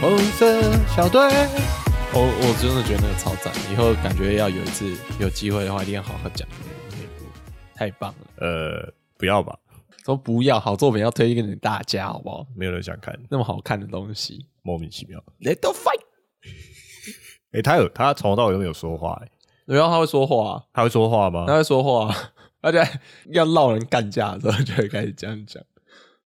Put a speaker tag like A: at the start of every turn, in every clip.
A: 红色小队。
B: 我我真的觉得那个超赞，以后感觉要有一次有机会的话，一定要好好讲那部，太棒了！
A: 呃，不要吧，
B: 说不要好作品要推荐给大家，好不好？
A: 没有人想看，
B: 那么好看的东西
A: 莫名其妙。
B: ，Let the fight。
A: 诶，他有他从头到尾都没有说话、诶
B: 然后他会说话，啊
A: 他会说话吗
B: 他会说话，啊而且要闹人干架的时候就会开始这样讲。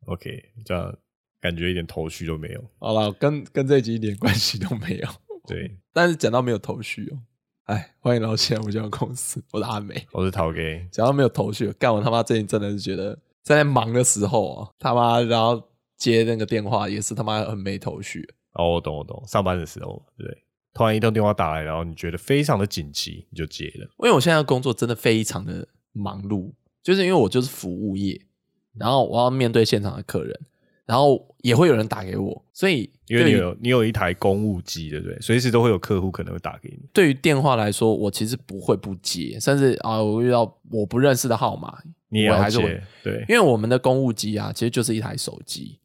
A: ？OK，这样感觉一点头绪都没有。
B: 好了，跟跟这一集一点关系都没有。
A: 对，
B: 但是讲到没有头绪哦，哎，欢迎来到现在我家公司，我是阿美。
A: 我是陶 K，
B: 讲到没有头绪，干我他妈最近真的是觉得在忙的时候啊，他妈然后接那个电话也是他妈很没头绪。
A: 哦，我懂我懂，上班的时候，对不对，突然一通电话打来，然后你觉得非常的紧急，你就接了。
B: 因为我现在的工作真的非常的忙碌，就是因为我就是服务业，然后我要面对现场的客人，然后也会有人打给我，所以
A: 因为你
B: 对于
A: 有你有一台公务机，对不对？随时都会有客户可能会打给你。
B: 对于电话来说，我其实不会不接，甚至啊，我遇到我不认识的号码，
A: 你也
B: 我
A: 要
B: 还是
A: 接
B: 会，
A: 对。
B: 因为我们的公务机啊，其实就是一台手机，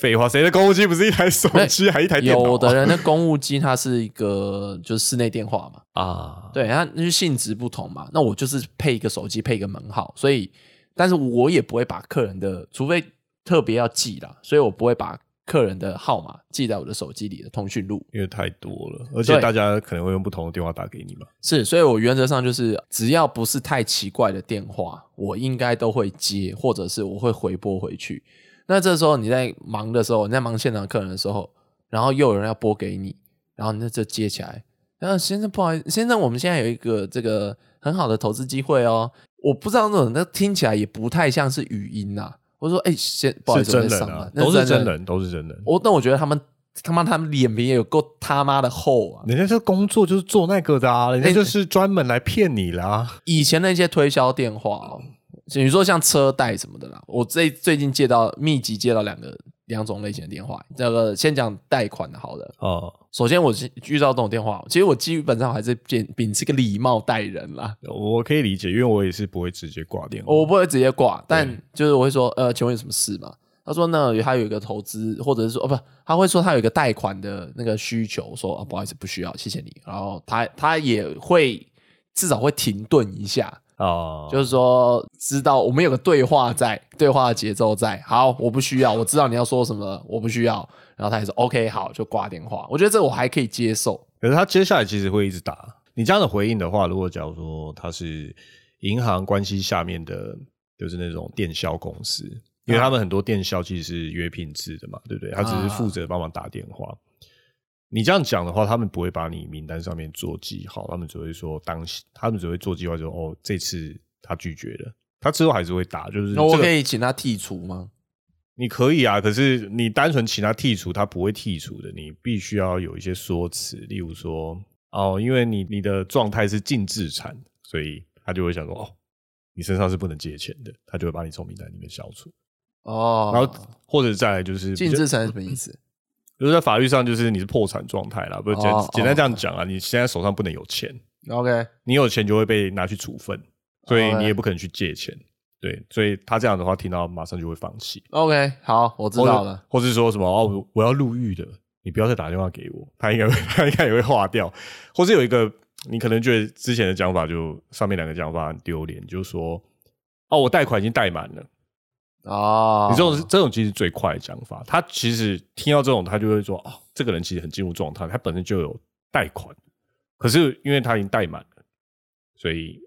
A: 废话，谁的公务机不是一台手机，还一台电脑啊？
B: 有的人的公务机它是一个就是室内电话嘛，
A: 啊，
B: 对，它就是性质不同嘛。那我就是配一个手机，配一个门号，所以，但是我也不会把客人的，除非特别要记啦，所以我不会把客人的号码记在我的手机里的通讯录。
A: 因为太多了，而且
B: 对
A: 大家可能会用不同的电话打给你嘛。
B: 是，所以我原则上就是，只要不是太奇怪的电话，我应该都会接，或者是我会回拨回去。那这时候你在忙的时候，你在忙现场客人的时候，然后又有人要拨给你，然后你就接起来。然后先生，不好意思，先生，我们现在有一个这个很好的投资机会哦。我不知道那种，那听起来也不太像是语音呐、我说，哎、先不好意
A: 是
B: 思，我
A: 真
B: 在
A: 人
B: 上
A: 啊
B: 班，，那
A: 都是真。人，都是真人。
B: 我但我觉得他们他妈他们脸皮也有够他妈的厚啊！
A: 人家这工作就是做那个的啊，人家就是专门来骗你啊啦。
B: 以前那些推销电话哦，你说像车贷什么的啦，我最最近接到密集接到两个两种类型的电话。这个先讲贷款的，好的。
A: 哦，
B: 首先我是遇到这种电话，其实我基本上还是秉秉持个礼貌待人啦，
A: 我可以理解，因为我也是不会直接挂电话。
B: 我不会直接挂，
A: 对
B: 但就是我会说，呃，请问有什么事吗？他说那他有一个投资，或者是说哦不，他会说他有一个贷款的那个需求，我说啊不好意思不需要，谢谢你。然后他他也会至少会停顿一下，
A: 啊，
B: 就是说知道我们有个对话在，对话的节奏在。好，我不需要，我知道你要说什么了，我不需要。然后他也说 OK，好，就挂电话。我觉得这我还可以接受。
A: 可是他接下来其实会一直打。你这样的回应的话，如果假如说他是银行关系下面的，就是那种电销公司，因为他们很多电销其实是约聘制的嘛，对不对？他只是负责帮忙打电
B: 啊
A: 话。你这样讲的话，他们不会把你名单上面做记号，他们只会说当时，他们只会做计划，就哦，这次他拒绝了，他之后还是会打，就是、
B: 那
A: 这个、
B: 哦我可以请他剔除吗？
A: 你可以啊，可是你单纯请他剔除，他不会剔除的。你必须要有一些说辞，例如说，哦，因为你你的状态是净资产，所以他就会想说，哦，你身上是不能借钱的，他就会把你从名单里面消除。
B: 哦，
A: 然后或者再来就是比较
B: 禁止产是什么意 思？
A: 就是在法律上就是你是破产状态啦，不是简、
B: 哦
A: 简单这样讲啊，你现在手上不能有钱，
B: OK，
A: 你有钱就会被拿去处分，所以
B: 哦
A: 你也不可能去借钱。对，所以他这样的话，听到马上就会放弃。
B: OK，好，我知道了。
A: 或者，或是说什么哦，我我要入狱的，你不要再打电话给我，他应该会 他应该也会划掉，或是有一个你可能觉得之前的讲法就上面两个讲法很丢脸，就是说哦，我贷款已经贷满了，
B: 哦，
A: 你这种这种其实最快的讲法，他其实听到这种他就会说哦，这个人其实很进入状态，他本身就有贷款，可是因为他已经贷满了，所以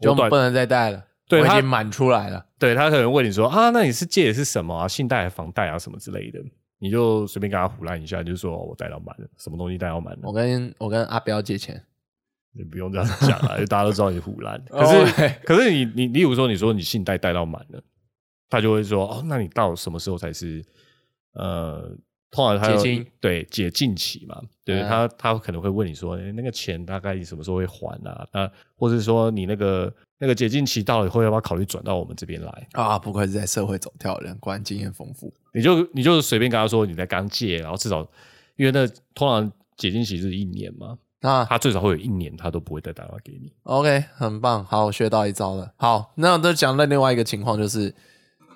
B: 就
A: 我短
B: 不能再带了，
A: 对
B: 我已
A: 他
B: 经满出来了。
A: 对他可能问你说啊，那你是借的是什么啊？信贷、房贷啊什么之类的，你就随便跟他胡乱一下，你就说、哦我贷到满了，什么东西贷到满
B: 我
A: 了，
B: 跟我跟阿彪借钱，
A: 你不用这样讲啊，因为大家都知道你胡乱。可
B: 哦
A: 是、
B: 对
A: 可是你你例如说你说你信贷贷到满了，他就会说哦，那你到什么时候才是呃？通常他有
B: 解禁
A: 对解禁期嘛，对、
B: 嗯
A: 他他可能会问你说、诶那个钱大概你什么时候会还啊？那或者说你那个那个解禁期到了以后，要不要考虑转到我们这边来？
B: 啊，不愧是在社会走跳的人，果然经验丰富。
A: 你就你就随便跟他说你在刚戒，然后至少因为那通常解禁期是一年嘛，
B: 那
A: 他最少会有一年他都不会再打电话给你。
B: OK，很棒，好，我学到一招了。好，那我再讲了另外一个情况，就是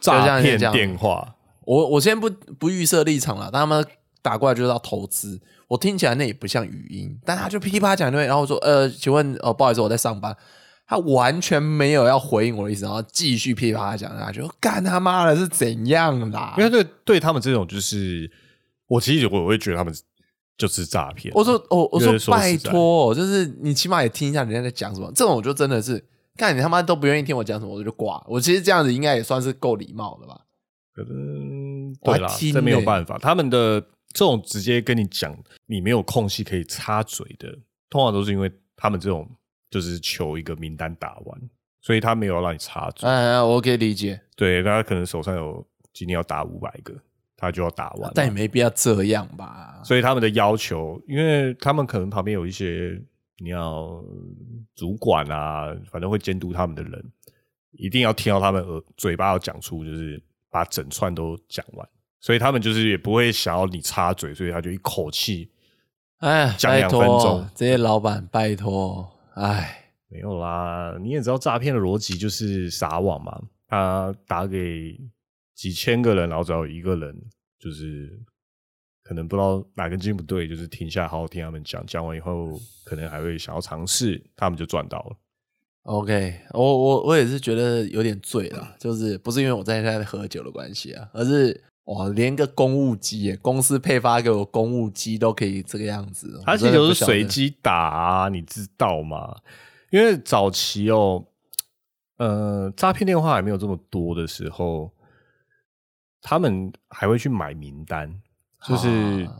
B: 就像你讲，
A: 话，
B: 我我先不不预设立场了，但他们打过来就是要投资。我听起来那也不像语音，但他就噼里啪啦讲一堆，然后我说呃，请问呃，不好意思，我在上班。他完全没有要回应我的意思，然后继续噼里啪啦讲下去，我干他妈的是怎样啦？
A: 因为对对他们这种就是，我其实我会觉得他们就是诈骗。啊
B: 我说哦我我
A: 因
B: 说
A: 为说
B: 拜
A: 实在
B: 托，就是你起码也听一下人家在讲什么。这种我就真的是，看你他妈都不愿意听我讲什么，我就挂了。我其实这样子应该也算是够礼貌了吧？
A: 可能
B: 我还
A: 对啦，
B: 听
A: 这没有
B: 欸
A: 办法。他们的这种直接跟你讲，你没有空隙可以插嘴的，通常都是因为他们这种就是求一个名单打完，所以他没有要让你插嘴。
B: 哎，我可以理解，
A: 对，他可能手上有今天要打五百个，他就要打完了。
B: 但也没必要这样吧？
A: 所以他们的要求，因为他们可能旁边有一些你要主管啊，反正会监督他们的人，一定要听到他们耳嘴巴要讲出，就是把整串都讲完。所以他们就是也不会想要你插嘴，所以他就一口气
B: 哎，
A: 讲
B: 拜
A: 两分
B: 托
A: 钟，
B: 这些老板，拜托，哎，
A: 没有啦。你也知道诈骗的逻辑就是撒网嘛，他打给几千个人，然后只要有一个人就是可能不知道哪根筋不对，就是停下来好好听他们讲，讲完以后可能还会想要尝试，他们就赚到了。
B: OK，我我我也是觉得有点醉了，就是不是因为我在在喝酒的关系啊，而是哇，连个公务机耶，公司配发给我公务机都可以这个样子，哦
A: 他
B: 我
A: 其实
B: 真的
A: 就
B: 不
A: 是
B: 晓
A: 随
B: 得。
A: 机打、啊，你知道吗？因为早期哦，呃，诈骗电话还没有这么多的时候，他们还会去买名单，就是、
B: 啊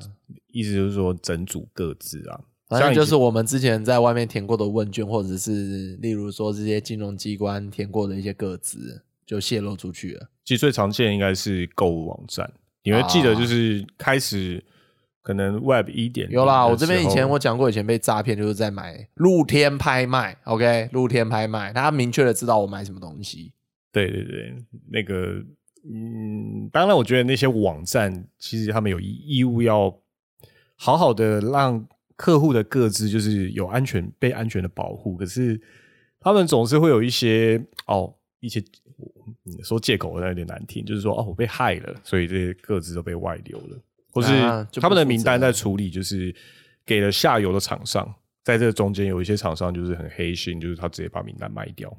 A: 意思就是说整组各自啊，
B: 反正
A: 像以
B: 就是
A: 前
B: 我们之前在外面填过的问卷，或者是例如说这些金融机关填过的一些个资，就泄露出去了。
A: 其实最常见应该是购物网站，你会记得
B: 啊
A: 就是开始可能 Web 一点
B: 有啦，我这边以前我讲过，以前被诈骗就是在买露天拍卖，OK，露天拍卖，他明确的知道我买什么东西。
A: 对对对，那个，嗯，当然，我觉得那些网站其实他们有义义务要好好的让客户的各自就是有安全被安全的保护，可是他们总是会有一些哦一些嗯说借口好像有点难听，就是说哦我被害了，所以这些各自都被外流了，或是
B: 啊就不
A: 他们的
B: 负
A: 名
B: 责
A: 单在
B: 任
A: 处理，就是给了下游的厂商，在这中间有一些厂商就是很黑心，就是他直接把名单卖掉。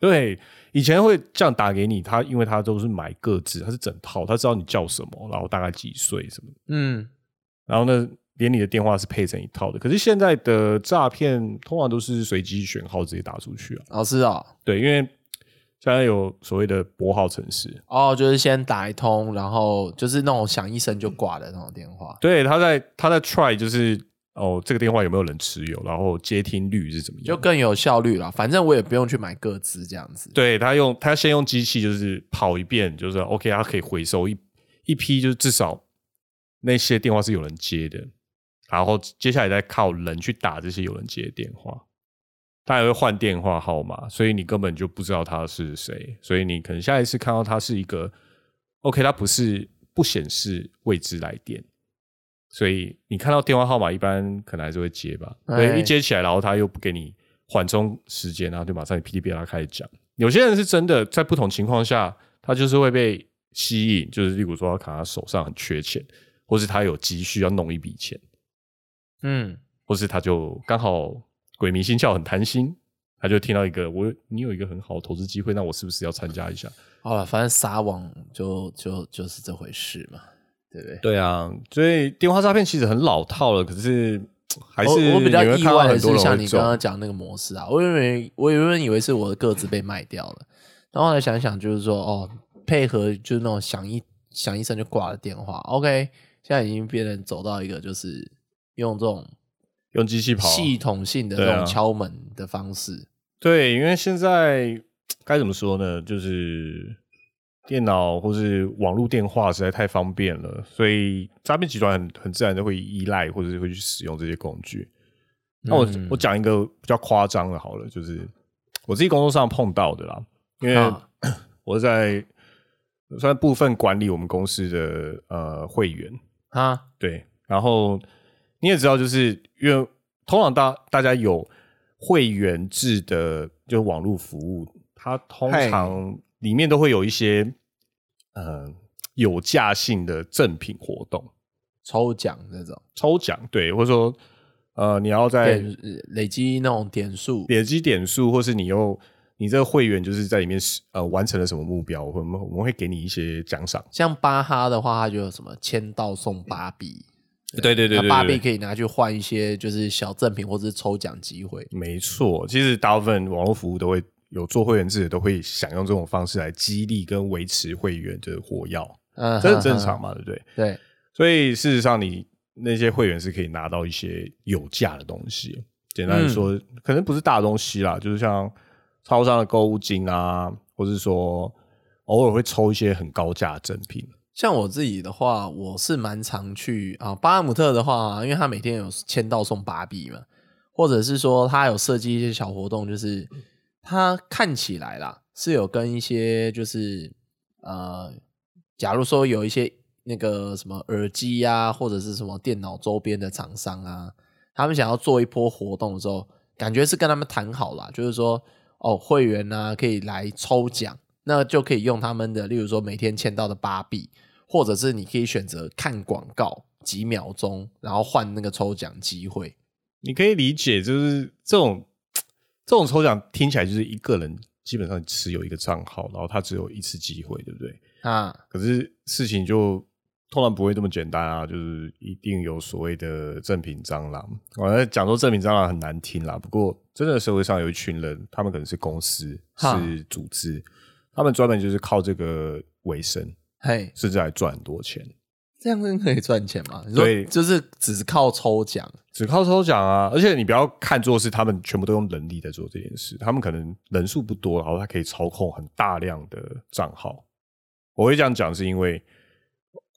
A: 对，以前会这样打给你，他因为他都是买个字，他是整套，他知道你叫什么，然后大概几岁什么的，
B: 嗯，
A: 然后呢，连你的电话是配成一套的。可是现在的诈骗通常都是随机选号直接打出去啊，
B: 老师哦，
A: 对，因为现在有所谓的拨号程式，
B: 哦，就是先打一通，然后就是那种响一声就挂的那种电话。
A: 对，他在他在 try 就是哦这个电话有没有人持有，然后接听率是怎么样，
B: 就更有效率了，反正我也不用去买个资这样子。
A: 对他用他先用机器就是跑一遍，就是 OK，他可以回收一一批，就是至少那些电话是有人接的，然后接下来再靠人去打这些有人接的电话，他还会换电话号码，所以你根本就不知道他是谁，所以你可能下一次看到他是一个 OK，他不是不显示未知来电。所以你看到电话号码，一般可能还是会接吧。
B: 哎
A: 对，一接起来，然后他又不给你缓冲时间，然后就马上你噼里啪啦开始讲。有些人是真的在不同情况下，他就是会被吸引，就是例如说，他可能他手上很缺钱，或是他有急需要弄一笔钱，
B: 嗯，
A: 或是他就刚好鬼迷心窍，很贪心，他就听到一个我你有一个很好的投资机会，那我是不是要参加一下？
B: 好了，反正撒网就就就是这回事嘛，对不对？
A: 对啊，所以电话诈骗其实很老套了，可是还是
B: 我我比较
A: 你会
B: 意
A: 看到
B: 外的
A: 很多
B: 是，
A: 人
B: 像
A: 会
B: 你
A: 中
B: 刚刚讲那个模式啊，我原本我原本以为是我的个子被卖掉了，然后后来想一想，就是说哦，配合就是那种响一响一声就挂了电话，OK，现在已经变成走到一个就是用这种
A: 用机器跑
B: 系统性的
A: 对
B: 这
A: 啊
B: 种敲门的方式，
A: 对，因为现在该怎么说呢？就是电脑或是网络电话实在太方便了，所以诈骗集团很很自然的会依赖或者是会去使用这些工具。那我、
B: 嗯
A: 我讲一个比较夸张的，好了，就是我自己工作上碰到的啦，因为
B: 啊
A: 我在算部分管理我们公司的呃会员，
B: 哈，
A: 对，然后你也知道，就是因为通常大大家有会员制的，就是网络服务，它通常里面都会有一些呃有价性的赠品活动，
B: 抽奖这种，
A: 抽奖，对，或者说呃，你要在
B: 点呃累积那种点数，
A: 累积点数，或是你又你这个会员就是在里面实呃完成了什么目标，我们我们会给你一些奖赏。
B: 像巴哈的话，它就有什么签到送八币，
A: 对对对
B: 那
A: 对
B: 八币
A: 对
B: 可以拿去换一些就是小赠品或者是抽奖机会。
A: 没错。其实大部分网络服务都会有做会员制的，都会想用这种方式来激励跟维持会员的火药，
B: 嗯，
A: 这
B: 哼
A: 很正。
B: 哼
A: 常嘛，对不对？
B: 对，
A: 所以事实上，你那些会员是可以拿到一些有价的东西。简单地说，可能不是大东西啦，就是像超商的购物金啊，或是说偶尔会抽一些很高价的赠品。
B: 像我自己的话，我是蛮常去啊，巴哈姆特的话，因为他每天有签到送八币嘛，或者是说他有设计一些小活动，就是他看起来啦是有跟一些就是呃，假如说有一些那个什么耳机啊，或者是什么电脑周边的厂商啊，他们想要做一波活动的时候，感觉是跟他们谈好了，就是说哦，会员呢、可以来抽奖，那就可以用他们的，例如说每天签到的八币，或者是你可以选择看广告几秒钟，然后换那个抽奖机会。
A: 你可以理解，就是这种这种抽奖听起来就是一个人基本上持有一个账号，然后他只有一次机会，对不对？
B: 啊，
A: 可是事情就通常不会这么简单啊，就是一定有所谓的正品蟑螂。我在讲说正品蟑螂很难听啦，不过真的社会上有一群人，他们可能是公司、
B: 哈
A: 是组织，他们专门就是靠这个为生，
B: 嘿，
A: 甚至还赚很多钱，
B: 这样真的可以赚钱吗？你说
A: 对
B: 就是只是靠抽奖
A: 只靠抽奖啊。而且你不要看作是他们全部都用人力在做这件事，他们可能人数不多，然后他可以操控很大量的账号。我会这样讲，是因为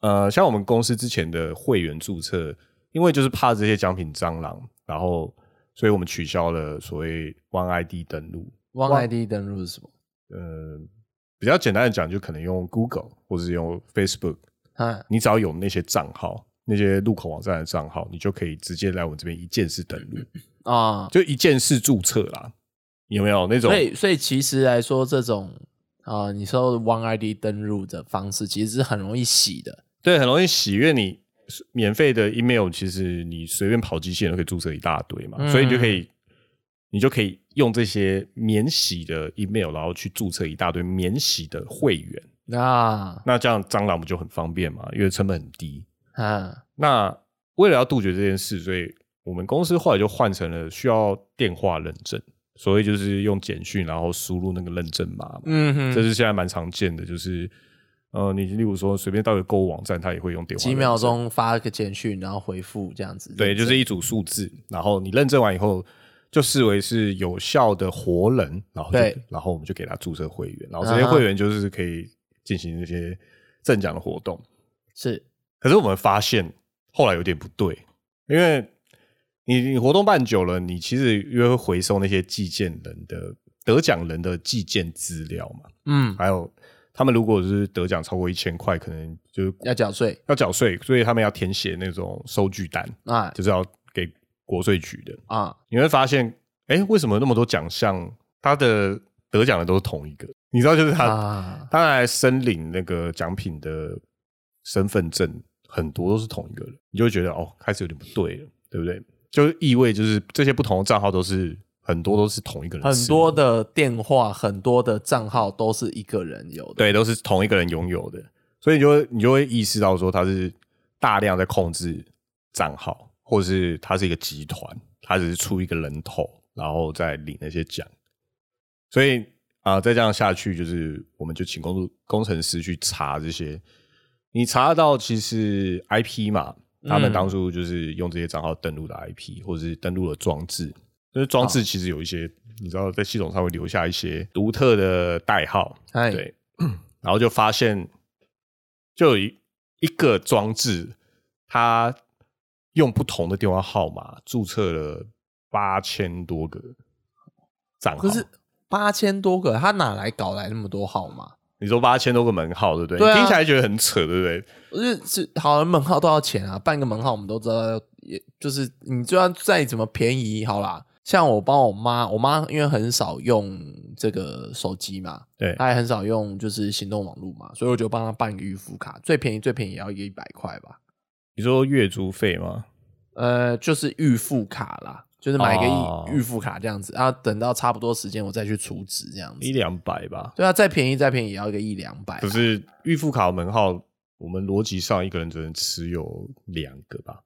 A: 呃，像我们公司之前的会员注册，因为就是怕这些奖品蟑螂，然后所以我们取消了所谓 One ID 登录。
B: ，One ID 登录是什么？
A: 呃，比较简单的讲，就可能用 Google 或者是用 Facebook，
B: 啊，
A: 你只要有那些账号。那些入口网站的账号，你就可以直接来我们这边一键式登录，
B: 啊，
A: 就一键式注册啦。有没有那种
B: 所？以所以其实来说，这种啊、你说 One ID 登录的方式，其实是很容易洗的。
A: 对，很容易洗，因为你免费的 email，其实你随便跑机器人都可以注册一大堆嘛，
B: 嗯
A: 所以你就可以，你就可以用这些免洗的 email，然后去注册一大堆免洗的会员。
B: 啊
A: 那这样蟑螂不就很方便嘛？因为成本很低。
B: 啊，
A: 那为了要杜绝这件事，所以我们公司后来就换成了需要电话认证，所以就是用简讯，然后输入那个认证码嘛。
B: 嗯哼，
A: 这是现在蛮常见的，就是呃，你例如说随便到一个购物网站，它也会用电话
B: 几
A: 认
B: 秒
A: 证，
B: 钟发个简讯，然后回复这样子。
A: 对，就是一组数字，然后你认证完以后，就视为是有效的活人，然后就
B: 对
A: 然后我们就给他注册会员，然后这些
B: 啊哈
A: 会员就是可以进行那些赠奖的活动。
B: 是
A: 可是我们发现后来有点不对，因为你你活动办久了，你其实约会回收那些寄件人的得奖人的寄件资料嘛。
B: 嗯，
A: 还有他们如果是得奖超过一千块，可能就是
B: 要缴税
A: 要缴税，所以他们要填写那种收据单，
B: 啊
A: 就是要给国税局的。
B: 啊，
A: 你会发现，哎、为什么那么多奖项，他的得奖的都是同一个？你知道，就是他、
B: 啊
A: 他来申领那个奖品的身份证，很多都是同一个人，你就会觉得哦，开始有点不对了，对不对？就是意味就是这些不同的账号都是很多都是同一个人持有，
B: 很多的电话，很多的账号都是一个人有的。
A: 对，都是同一个人拥有的，所以你就会你就会意识到说他是大量在控制账号，或是他是一个集团，他只是出一个人头，然后再领那些奖。所以啊、再这样下去，就是我们就请工工程师去查这些，你查得到其实 IP 嘛，他们
B: 嗯
A: 当初就是用这些账号登录的 IP，或者是登录的装置。就是装置其实有一些，你知道，在系统上会留下一些独特的代号，
B: 哎，
A: 对，然后就发现就有一一个装置，它用不同的电话号码注册了八千多个账号。
B: 可是八千多个，他哪来搞来那么多号码？
A: 你说八千多个门号，对不对？
B: 对啊
A: 你听起来觉得很扯，对不对？
B: 就是是好像门号都要钱啊，办个门号我们都知道要，也就是你就算再怎么便宜，好啦，像我帮我妈，我妈因为很少用这个手机嘛，
A: 对
B: 她也很少用就是行动网络嘛，所以我就帮她办个预付卡，最便宜最便宜也要一个一百块吧，
A: 你你说月租费吗？
B: 呃，就是预付卡啦，就是买个
A: 哦
B: 一预付卡这样子，然后等到差不多时间我再去储值这样
A: 一
B: 子。
A: 两百吧。
B: 对啊，再便宜再便宜也要个一两百啊。
A: 可是预付卡门号，我们逻辑上一个人只能持有两个吧，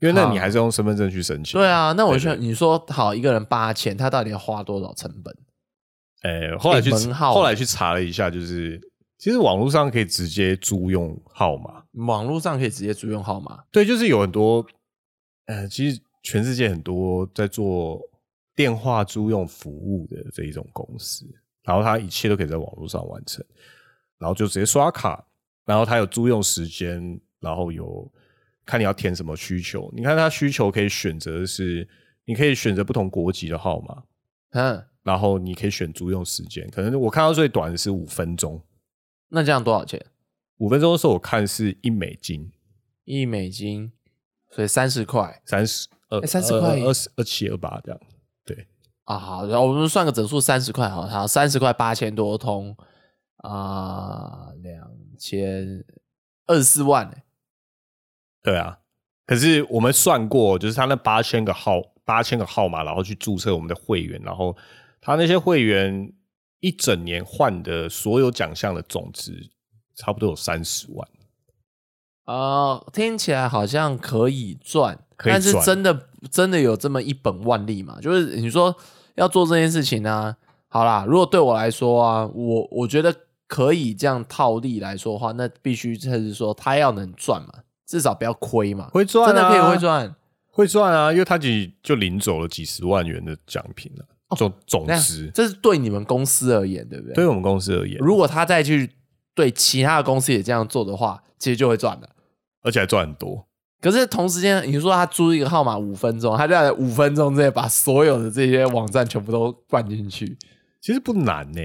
A: 因为那你还是用身份证去申请。
B: 对，啊，那我
A: 对
B: 说你说好一个人八千，他到底要花多少成本？
A: 呃，后来去
B: 门号
A: 后来去查了一下，就是其实网络上可以直接租用号码。
B: 网络上可以直接租用号码，
A: 对，就是有很多，呃，其实全世界很多在做电话租用服务的这一种公司，然后它一切都可以在网络上完成，然后就直接刷卡，然后它有租用时间，然后有看你要填什么需求，你看它需求可以选择的是，你可以选择不同国籍的号码，
B: 嗯，
A: 然后你可以选租用时间，可能我看到最短的是五分钟，
B: 那这样多少钱？
A: 五分钟的时候我看是一美金，
B: 一美金，所以三十块
A: 三十二
B: 哎30块
A: 二十二七二八这样。
B: 啊。好，然后我们算个整数，三十块好了，好，三十块八千多通啊，两千二十四万、欸，
A: 对啊，可是我们算过，就是他那八千个号八千个号码，然后去注册我们的会员，然后他那些会员一整年换的所有奖项的总值，差不多有三十万。
B: 啊，听起来好像可以赚，
A: 可以
B: 但是
A: 赚
B: 真的真的有这么一本万利嘛？就是你说要做这件事情呢、好啦，如果对我来说啊，我我觉得可以这样套利来说的话，那必须就是说他要能赚嘛，至少不要亏嘛，
A: 会赚啊
B: 真的可以会赚。
A: 会赚啊，因为他几就领走了几十万元的奖品啊，总总
B: 哦那
A: 值。
B: 这是对你们公司而言，对不对？
A: 对于我们公司而言，
B: 如果他再去对其他的公司也这样做的话，其实就会赚了。
A: 而且还赚很多，
B: 可是同时间，你说他租一个号码五分钟，他就在五分钟之内把所有的这些网站全部都灌进去。
A: 其实不难呢、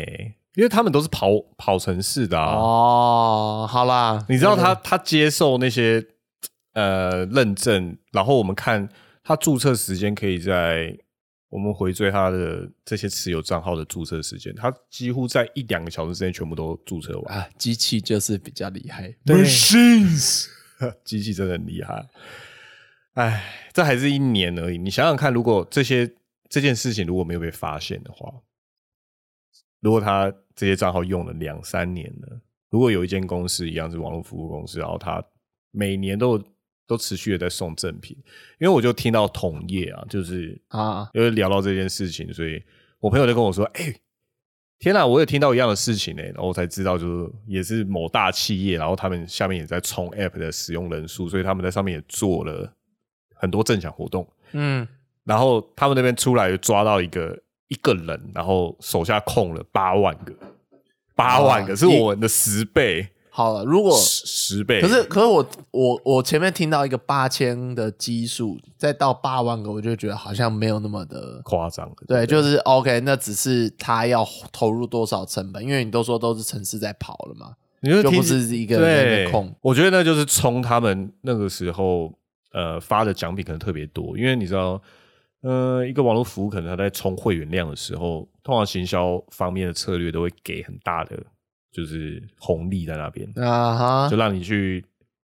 A: 因为他们都是跑跑城市的啊。
B: 哦，好啦，
A: 你知道他他接受那些呃认证，然后我们看他注册时间可以在我们回追他的这些持有账号的注册时间，他几乎在一两个小时之内全部都注册完。
B: 啊，机器就是比较厉害。
A: 对
B: Machines，
A: 机器真的很厉害，哎，这还是一年而已。你想想看，如果这些这件事情如果没有被发现的话，如果他这些账号用了两三年呢？如果有一间公司一样是网络服务公司，然后他每年都有都持续的在送赠品，因为我就听到同业啊，就是
B: 啊，
A: 因为聊到这件事情，所以我朋友就跟我说：“哎、天哪、我也听到一样的事情呢、然后我才知道，就是也是某大企业，然后他们下面也在冲 App 的使用人数，所以他们在上面也做了很多正向活动。
B: 嗯，
A: 然后他们那边出来抓到一个一个人，然后手下控了八万个，八万个
B: 哇
A: 是我们的十倍，
B: 好了，如果
A: 十十倍。
B: 可是可是我我我前面听到一个八千的基数，再到八万个，我就觉得好像没有那么的。
A: 夸张了，
B: 对，就是 OK，那只是他要投入多少成本，因为你都说都是城市在跑了嘛，
A: 你就
B: 就
A: 听
B: 不是一个人
A: 对
B: 的控，
A: 我觉得那就是冲他们那个时候呃发的奖品可能特别多，因为你知道，呃，一个网络服务可能他在冲会员量的时候，通常行销方面的策略都会给很大的就是红利在那边，
B: 啊哈，
A: 就让你去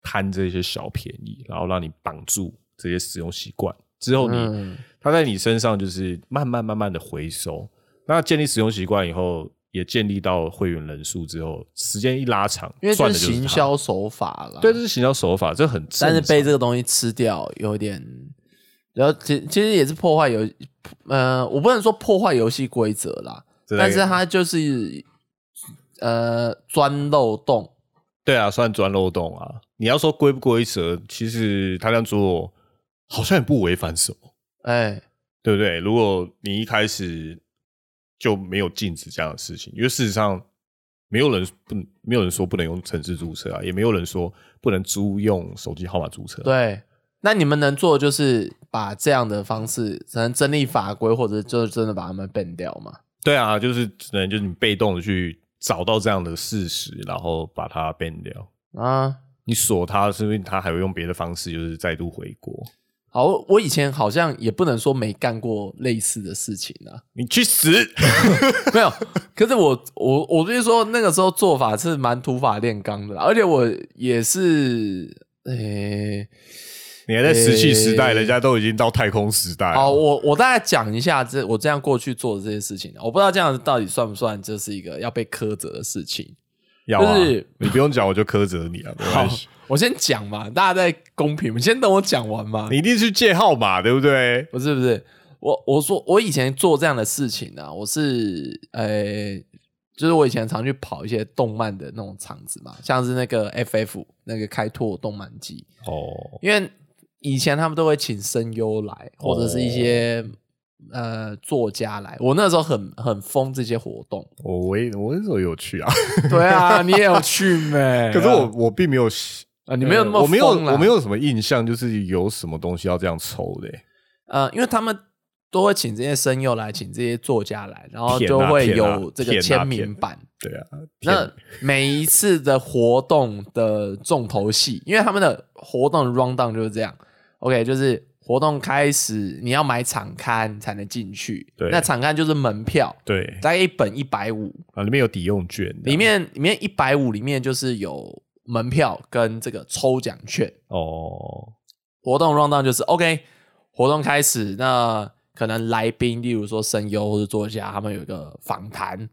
A: 贪这些小便宜，然后让你绑住这些使用习惯之后你，
B: 嗯
A: 它在你身上就是慢慢慢慢的回收。那建立使用习惯以后，也建立到会员人数之后，时间一拉长，
B: 因为
A: 赚
B: 这
A: 的就是是
B: 行
A: 它，
B: 销手法啦。
A: 对，这，是行销手法，这很正常
B: 但是被这个东西吃掉，有点，然后其其实也是破坏游，呃，我不能说破坏游戏规则啦，
A: 这在
B: 但是它就是呃钻漏洞。
A: 对啊，算钻漏洞啊。你要说规不规则，其实他这样做好像也不违反什么。
B: 哎，
A: 对不对？如果你一开始就没有禁止这样的事情，因为事实上没有人不没有人说不能用城市注册啊，也没有人说不能租用手机号码注册啊、
B: 对，那你们能做的就是把这样的方式，可能真理法规，或者就是真的把他们 ban 掉嘛？
A: 对啊，就是只能就是你被动的去找到这样的事实，然后把它变掉。
B: 啊，
A: 你锁它，是不是它还会用别的方式，就是再度回国？
B: 好，我我以前好像也不能说没干过类似的事情啊。
A: 你 去死！
B: 没有，可是我我我就是说那个时候做法是蛮土法炼钢的啦，而且我也是诶、
A: 你还在石器时代，
B: 诶
A: 人家都已经到太空时代了
B: 哦，我我大概讲一下这我这样过去做的这些事情，我不知道这样到底算不算这是一个要被苛责的事情。
A: 要啊
B: 就是
A: 你不用讲，我就苛责你啊，没关系。
B: 我先讲嘛，大家再公平，你先等我讲完嘛。
A: 你一定是借号码，对不对？
B: 不是不是，我我说我以前做这样的事情啊，我是呃，就是我以前常去跑一些动漫的那种场子嘛，像是那个 FF 那个开拓动漫季，
A: 哦，
B: 因为以前他们都会请声优来，或者是一些、呃作家来，我那时候很很疯这些活动。
A: 哦我我也我那时候有去啊，
B: 对啊，你也有去没？
A: 可是我我并没有喜，
B: 啊，哎你没有那么
A: 我没有
B: 疯啦
A: 我没有什么印象，就是有什么东西要这样抽的欸。
B: 呃，因为他们都会请这些声优来，请这些作家来，然后
A: 舔
B: 就
A: 啊
B: 会
A: 舔啊
B: 有这个
A: 舔啊
B: 签名
A: 舔
B: 版。
A: 对啊，
B: 那
A: 天
B: 每一次的活动的重头戏，因为他们的活动 round down 就是这样，OK，就是活动开始你要买场刊才能进去，
A: 对
B: 那场刊就是门票，
A: 对
B: 大概一本一百五，
A: 啊，里面有抵用券这样，
B: 里面里面一百五里面就是有门票跟这个抽奖券，
A: 哦，
B: 活动 round down 就是 OK，活动开始，那可能来宾，例如说声优或者作家，他们有一个访谈，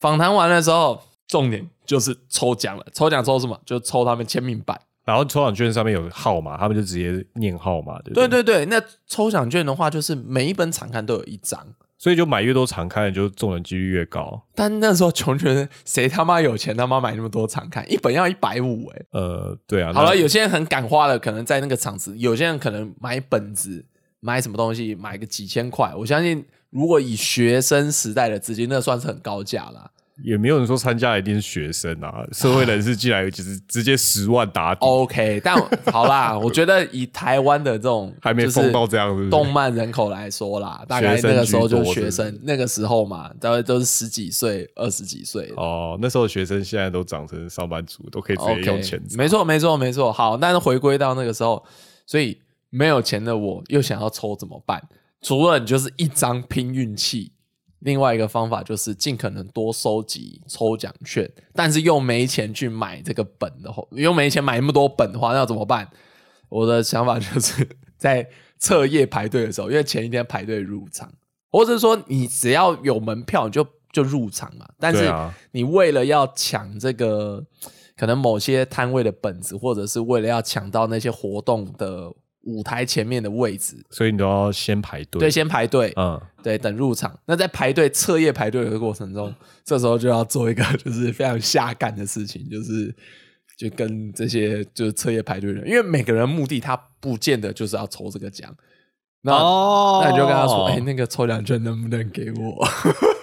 B: 访谈完的时候，重点就是抽奖了。抽奖抽什么？就抽他们签名版。
A: 然后抽奖券上面有号码，他们就直接念号码，对不
B: 对
A: 对，
B: 对对，那抽奖券的话，就是每一本场刊都有一张。
A: 所以就买越多常看的，就中的几率越高。
B: 但那时候穷学生，谁他妈有钱他妈买那么多场刊？一本要一百五哎。
A: 呃，对啊，
B: 好
A: 那
B: 了，有些人很敢花了，可能在那个场子；有些人可能买本子、买什么东西，买个几千块。我相信，如果以学生时代的资金，那算是很高价 啦。
A: 也没有人说参加的一定是学生啊，社会人士进来就是直接十万打底，
B: OK，但好啦，我觉得以台湾的这种
A: 还没
B: 就是
A: 疯到这样，是不
B: 动
A: 是？
B: 漫人口来说啦，大概
A: 学生
B: 那个时候
A: 居多
B: 就是学
A: 是
B: 生，那个时候嘛，大概都是十几岁、二十几岁。
A: 哦，那时候学生现在都长成上班族，都可以直接
B: 哦 OK，
A: 用钱砸
B: 没错，没错，没错。好，但是回归到那个时候，所以没有钱的我又想要抽怎么办？除了你就是一张拼运气，另外一个方法就是尽可能多收集抽奖券，但是又没钱去买这个本的话，又没钱买那么多本的话，那要怎么办？我的想法就是在彻夜排队的时候，因为前一天排队入场，或者是说你只要有门票你就就入场嘛，但
A: 对
B: 是
A: 啊
B: 你为了要抢这个可能某些摊位的本子，或者是为了要抢到那些活动的舞台前面的位置，
A: 所以你都要先排队。
B: 对，先排队，
A: 嗯，
B: 对，等入场。那在排队彻夜排队的过程中，这时候就要做一个 就是非常下干的事情，就是就跟这些就是彻夜排队的人，因为每个人目的他不见得就是要抽这个奖，那、
A: 哦
B: 那你就跟他说，哎、那个抽奖券能不能给我？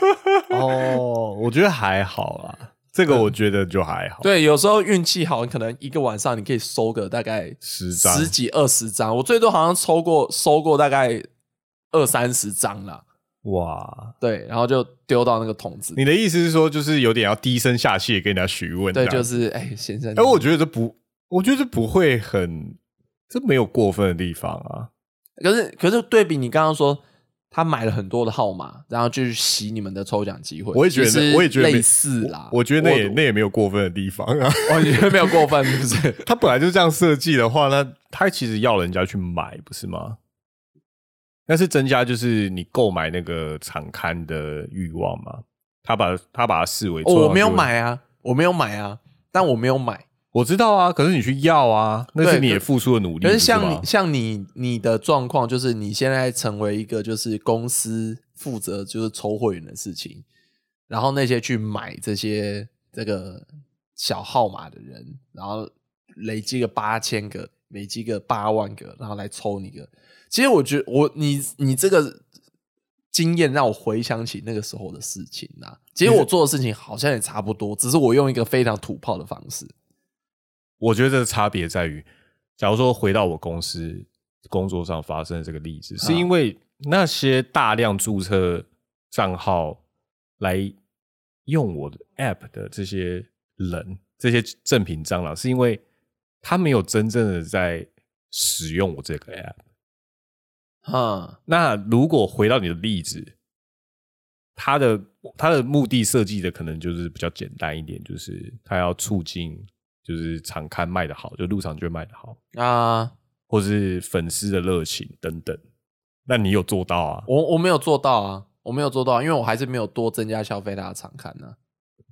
A: 哦，我觉得还好啦，这个我觉得就还好，
B: 嗯对，有时候运气好，可能一个晚上你可以收个大概
A: 十张
B: 十几二十张，我最多好像抽过收过大概二三十张啦。
A: 哇。
B: 对，然后就丢到那个桶子。
A: 你的意思是说，就是有点要低声下气地跟人家询问这
B: 对，
A: 样，
B: 就是哎，先生，
A: 哎，我觉得这不，我觉得这不会很，这没有过分的地方啊。
B: 可是可是对比你刚刚说，他买了很多的号码，然后就是洗你们的抽奖机会，
A: 我也觉
B: 其实
A: 得，我也觉得没
B: 类似啦。
A: 我我觉得那也
B: 我
A: 那也没有过分的地方啊。
B: 哦，你觉得没有过分是不是？
A: 他本来就这样设计的话，那他其实要人家去买，不是吗？但是增加就是你购买那个场刊的欲望嘛。他把他把它视为、
B: 哦，我没有，买啊，我没有买啊，但我没有买。
A: 我知道啊。可是你去要啊，那
B: 对
A: 是你也付出了努力。
B: 可是
A: 不
B: 像
A: 吗
B: 你像你你的状况，就是你现在成为一个就是公司负责就是抽会员的事情，然后那些去买这些这个小号码的人，然后累积个八千个，累积个八万个，然后来抽你个。其实我觉得我你你这个经验让我回想起那个时候的事情呐、其实我做的事情好像也差不多，只是我用一个非常土炮的方式。
A: 我觉得这个差别在于，假如说回到我公司工作上发生的这个例子，是因为那些大量注册账号来用我的 App 的这些人，这些正品蟑螂，是因为他没有真正的在使用我这个 App。
B: 嗯，
A: 那如果回到你的例子，它的它的目的设计的可能就是比较简单一点，就是它要促进，就是场刊卖的好，就入场券卖的好，
B: 啊，
A: 或是粉丝的热情等等。那你有做到啊？
B: 我我没有做到啊，我没有做到，因为我还是没有多增加消费大的场刊呢、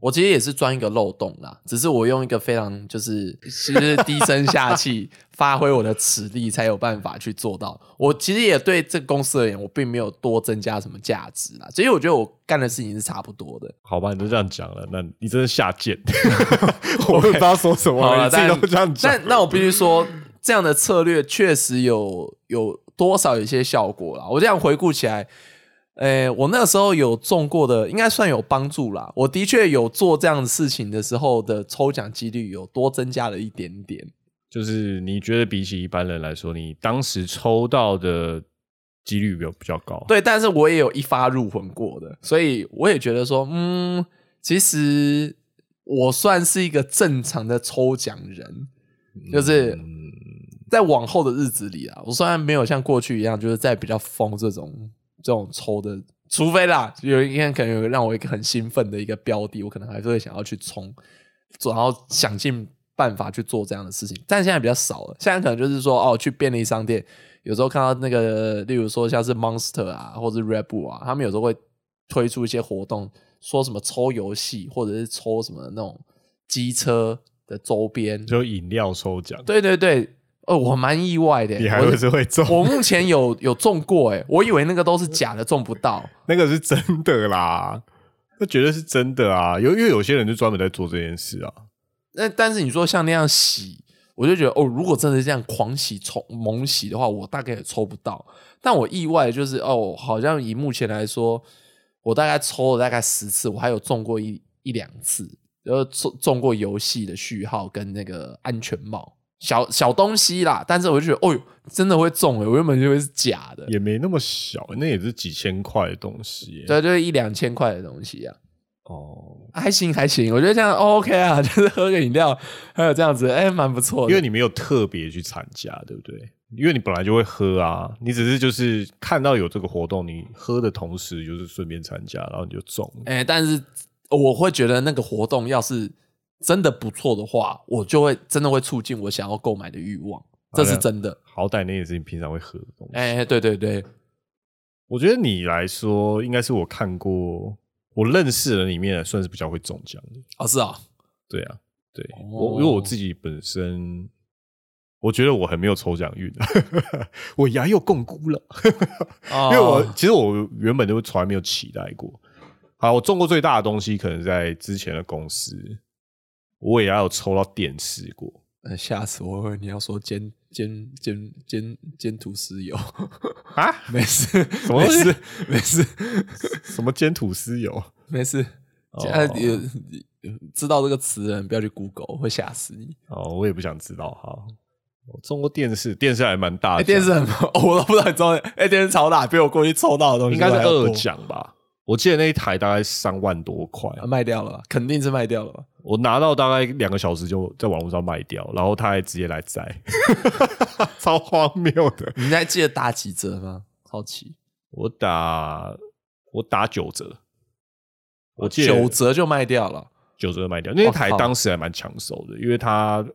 B: 我其实也是钻一个漏洞啦，只是我用一个非常就是其实低声下气，发挥我的实力才有办法去做到。我其实也对这个公司而言，我并没有多增加什么价值啦。所以我觉得我干的事情是差不多的。
A: 好吧，你都这样讲了，那你真是下 贱。我也不知啊道说什么
B: 好了
A: 了，你自己
B: 但
A: 都这样讲
B: 但。那我必须说，这样的策略确实有有多少有一些效果啦。我这样回顾起来，呃，我那时候有中过的，应该算有帮助啦。我的确有做这样的事情的时候的抽奖几率有多增加了一点点。
A: 就是你觉得比起一般人来说，你当时抽到的几率有比较高？，
B: 对，但是我也有一发入魂过的，所以我也觉得说，嗯，其实我算是一个正常的抽奖人，就是
A: 嗯，
B: 在往后的日子里啊，我虽然没有像过去一样，就是在比较疯这种这种抽的，除非啦，有一天可能有让我一个很兴奋的一个标的，我可能还是会想要去冲，然后想尽办法去做这样的事情。但现在比较少了，现在可能就是说，哦，去便利商店，有时候看到那个，例如说像是 Monster 啊，或者是 Red Bull 啊，他们有时候会推出一些活动，说什么抽游戏，或者是抽什么那种机车的周边，
A: 就饮料抽奖，
B: 对对对，哦，我蛮意外的。
A: 你还会是会中，
B: 我我目前有有中过哎，我以为那个都是假的，中不到。
A: 那个是真的啦，那绝对是真的啊！有因为有些人就专门在做这件事啊，
B: 那但是你说像那样洗，我就觉得哦，如果真的这样狂洗、抽猛洗的话，我大概也抽不到。但我意外的就是哦，好像以目前来说，我大概抽了大概十次，我还有中过一一两次，然后中中过游戏的序号跟那个安全帽。小小东西啦，但是我就觉得，哦呦，真的会中诶、我原本以为是假的，
A: 也没那么小，那也是几千块的东西耶。
B: 对，啊就是一两千块的东西啊，
A: 哦，
B: 还行还行，我觉得这样、哦 OK 啊， 就是喝个饮料，还有这样子，哎、蛮不错的。
A: 因为你没有特别去参加，对不对？因为你本来就会喝啊，你只是就是看到有这个活动，你喝的同时就是顺便参加，然后你就中了。
B: 哎、但是我会觉得那个活动要是真的不错的话，我就会真的会促进我想要购买的欲望，这是真的。
A: 好歹那也是你平常会喝的东西。
B: 哎、对对对，
A: 我觉得你来说，应该是我看过我认识的人里面，算是比较会中奖的。
B: 哦是啊、
A: 对啊，对、
B: 哦
A: 我，因为我自己本身，我觉得我很没有抽奖运， 我牙又共辜了，
B: 哦，
A: 因为我其实我原本就从来没有期待过。好，我中过最大的东西，可能在之前的公司，我也要有抽到电视过。
B: 呃吓死我了！你要说煎煎煎煎煎土石油
A: 啊？
B: 没事，
A: 什么东西
B: 没事
A: 什么煎土司油？
B: 没事
A: 哦
B: 没事，呃有有知道这个词的人不要去 Google，会吓死你。
A: 哦，我也不想知道。好，我中过电视，电视还蛮大
B: 哎、
A: 的奖，
B: 电视很， 我都不知道你知道，哎、电视超大，比我过去抽到的东西
A: 应该是
B: 都还要多
A: 二奖吧？我记得那一台大概三万多块，
B: 啊卖掉了吧，肯定是卖掉了吧。
A: 我拿到大概两个小时就在网络上卖掉，然后他还直接来 摘，超荒谬的。
B: 你还记得打几折吗？好奇，
A: 我打我打九折，我记得
B: 九折就卖掉了。
A: 九折卖掉那一台，
B: 我靠
A: 当时还蛮抢手的，因为它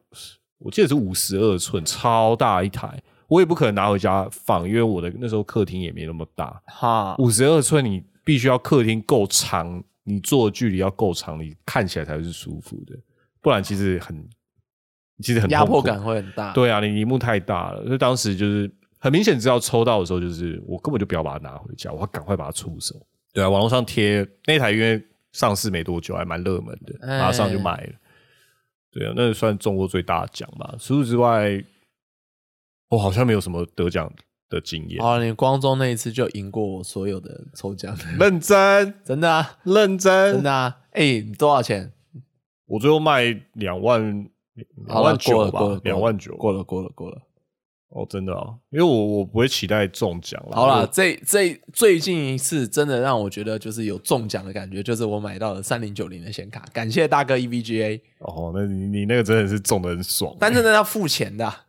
A: 我记得是五十二寸，超大一台，我也不可能拿回家放，因为我的那时候客厅也没那么大，
B: 哈，
A: 五十二寸你必须要客厅够长，你坐的距离要够长，你看起来才是舒服的，不然其实很其实很
B: 压
A: 痛苦
B: 迫感。会很大。，
A: 对啊，你荧幕太大了，所以当时就是很明显，知道抽到的时候，就是我根本就不要把它拿回家，我要赶快把它出手。对啊，网络上贴那台，因为上市没多久，还蛮热门的，
B: 哎
A: 马上就买了。对啊，那算中过最大的奖吧。除此之外，我好像没有什么得奖的经验。
B: 好了，你光中那一次就赢过我所有的抽奖，
A: 认真，
B: 真的啊，
A: 认真，
B: 真的啊。哎、你多少钱？
A: 我最后卖两万两
B: 好了
A: 万
B: 过
A: 九
B: 了过了
A: 吧，，两万九
B: 过了过了过了。
A: 哦，真的哦，因为我我不会期待中奖啦
B: 好了，
A: 我
B: 这这最近一次真的让我觉得就是有中奖的感觉，就是我买到了三零九零的显卡，感谢大哥 E EVGA，
A: 哦，那你你那个真的是中的很爽，欸
B: 但真的要付钱的啊。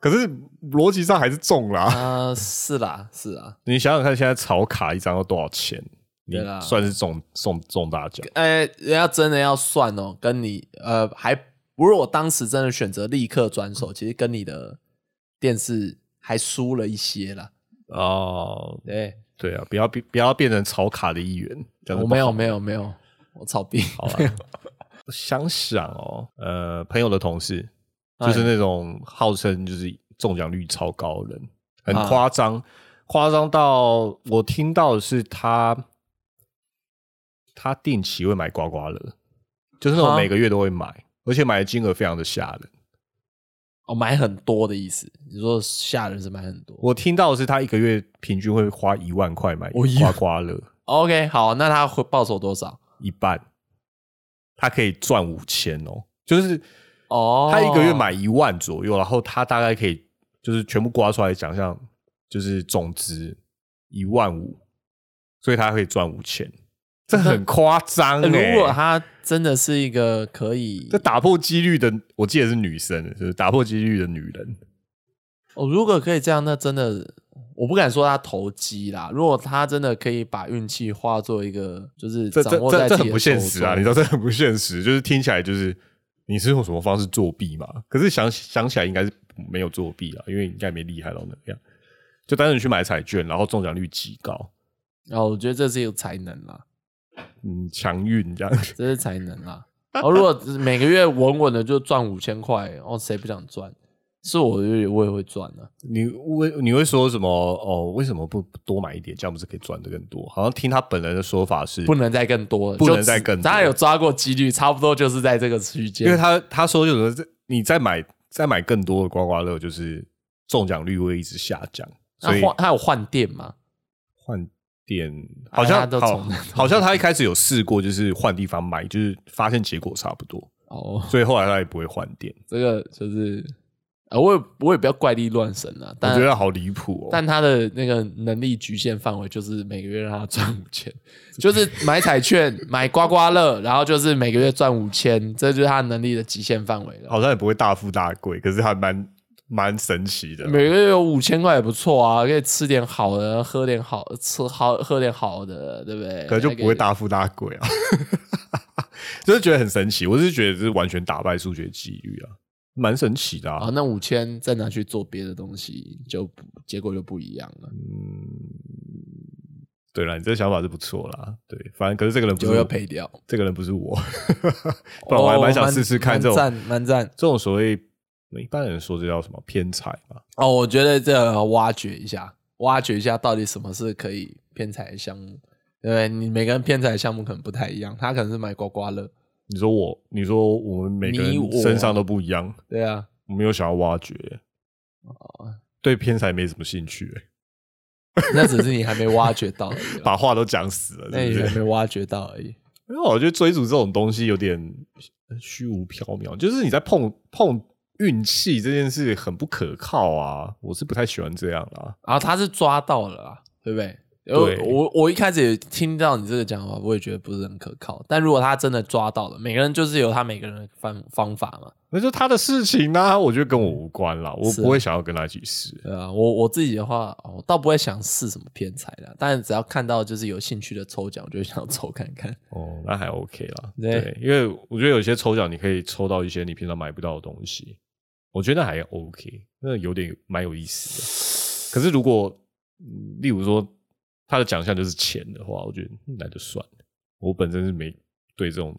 A: 可是逻辑上还是中啦。
B: 啊 是啦是啊啦，
A: 你想想看，现在炒卡一张要多少钱？你
B: 对啦
A: 算是中中中大奖，
B: 哎呃，人家真的要算哦，跟你呃还如果我当时真的选择立刻转手，其实跟你的电视还输了一些啦。
A: 哦，
B: 对，
A: 对啊，不要变不要变成炒卡的一员，这样
B: 我
A: 子不
B: 没有
A: 好
B: 没有没有，我草逼。
A: 好啊。想想哦，呃，朋友的同事
B: 哎
A: 就是那种号称就是中奖率超高的人，很
B: 啊
A: 夸张，夸张到我听到的是他，他定期会买刮刮乐，就是那种
B: 啊
A: 每个月都会买，而且买的金额非常的吓人。
B: 哦，买很多的意思，你说吓人是买很多。
A: 我听到的是他一个月平均会花一万块买
B: 哦一
A: 刮刮乐，
B: OK，好，那他会报酬多少？
A: 一半，他可以赚五千哦，就是
B: 哦，
A: 他一个月买一万左右，然后他大概可以就是全部刮出来奖项，就是总值一万五，所以他可以赚五千，这很夸张、
B: 呃、
A: 欸。
B: 如果他真的是一个可以
A: 这打破几率的，我记得是女生，就是打破几率的女人，
B: 哦，如果可以这样，那真的我不敢说他投机啦。如果他真的可以把运气化作一个，就是
A: 这这
B: 掌握在
A: 这这
B: 自己
A: 很
B: 的
A: 不现实啊！
B: 手
A: 你
B: 中
A: 知道这很不现实， 就是听起来就是你是用什么方式作弊嘛？可是想想起来应该是没有作弊啊，因为应该没厉害到那样，就单纯去买彩券，然后中奖率极高，
B: 哦，我觉得这是一个才能啦，
A: 嗯，强运这样。
B: 这是才能 啦。哦，如果每个月稳稳的就赚五千块，哦，谁不想赚？是我就我也会赚啊的、
A: 你为你会说什么？哦，为什么不多买一点？这样不是可以赚的更多？好像听他本人的说法是，
B: 不能再更多了，
A: 不能
B: 就只
A: 再更多
B: 大家有抓过几率，差不多就是在这个区间。
A: 因为他他说就是说这你再买再买更多的刮刮乐，就是中奖率会一直下降，所
B: 那
A: 以
B: 换他有换电嘛？
A: 换店
B: 哎
A: 好
B: 他
A: 像
B: 都
A: 好
B: 从
A: 好像他一开始有试过，就是换地方买，就是发现结果差不多，
B: 哦，
A: 所以后来他也不会换店。
B: 这个就是啊，我也我也不要怪力乱神啊，
A: 我
B: 但
A: 觉得好离谱哦！
B: 但他的那个能力局限范围就是每个月让他赚五千， 就是买彩券、买刮刮乐，然后就是每个月赚五千，这就是他能力的极限范围了。
A: 好像也不会大富大贵，可是还蛮蛮神奇的。
B: 每个月有五千块也不错啊，可以吃点好的，喝点好吃好喝点好的，对不对？
A: 可能就
B: 还以
A: 不会大富大贵啊。 就是觉得很神奇，我是觉得这是完全打败数学机遇啊，蛮神奇的啊。
B: 啊，那五千再拿去做别的东西，就不结果就不一样了，
A: 嗯对了，你这个想法是不错啦。对，反正可是这个人不
B: 就要
A: 是
B: 赔掉。
A: 这个人不是我，不然我还蛮想试试看这
B: 哦
A: 种
B: 蛮蛮赞蛮赞
A: 这种所谓一般人说这叫什么偏财嘛？
B: 哦，我觉得这个要挖掘一下，挖掘一下到底什么是可以偏财的项目，对不对？你每个人偏财的项目可能不太一样，他可能是买刮刮乐，
A: 你说我，你说我们每个
B: 你我啊
A: 人身上都不一样，
B: 对啊，
A: 我没有想要挖掘，
B: 哦
A: 对偏财没什么兴趣、欸
B: 那只是你还没挖掘到而已啦，
A: 把话都讲死了，
B: 那
A: 对
B: 你
A: 不对
B: 还？没挖掘到而已。
A: 因为我觉得追逐这种东西有点虚无缥缈，就是你在碰碰运气这件事很不可靠啊，我是不太喜欢这样啦。
B: 然后啊他是抓到了啦，对不对？我我我一开始也听到你这个讲法，我也觉得不是很可靠。但如果他真的抓到了，每个人就是有他每个人的方方法嘛，
A: 那就他的事情啦、我觉得跟我无关啦，我
B: 是啊
A: 不会想要跟他一起试。
B: 对啊，我我自己的话，哦我倒不会想试什么偏财啦，但只要看到就是有兴趣的抽奖，我就会想要抽看看。
A: 哦，那还 OK 啦。
B: 对
A: 对，因为我觉得有些抽奖你可以抽到一些你平常买不到的东西，我觉得还 OK，那有点蛮有意思的。可是如果嗯例如说他的奖项就是钱的话，我觉得嗯那就算了。我本身是没对这种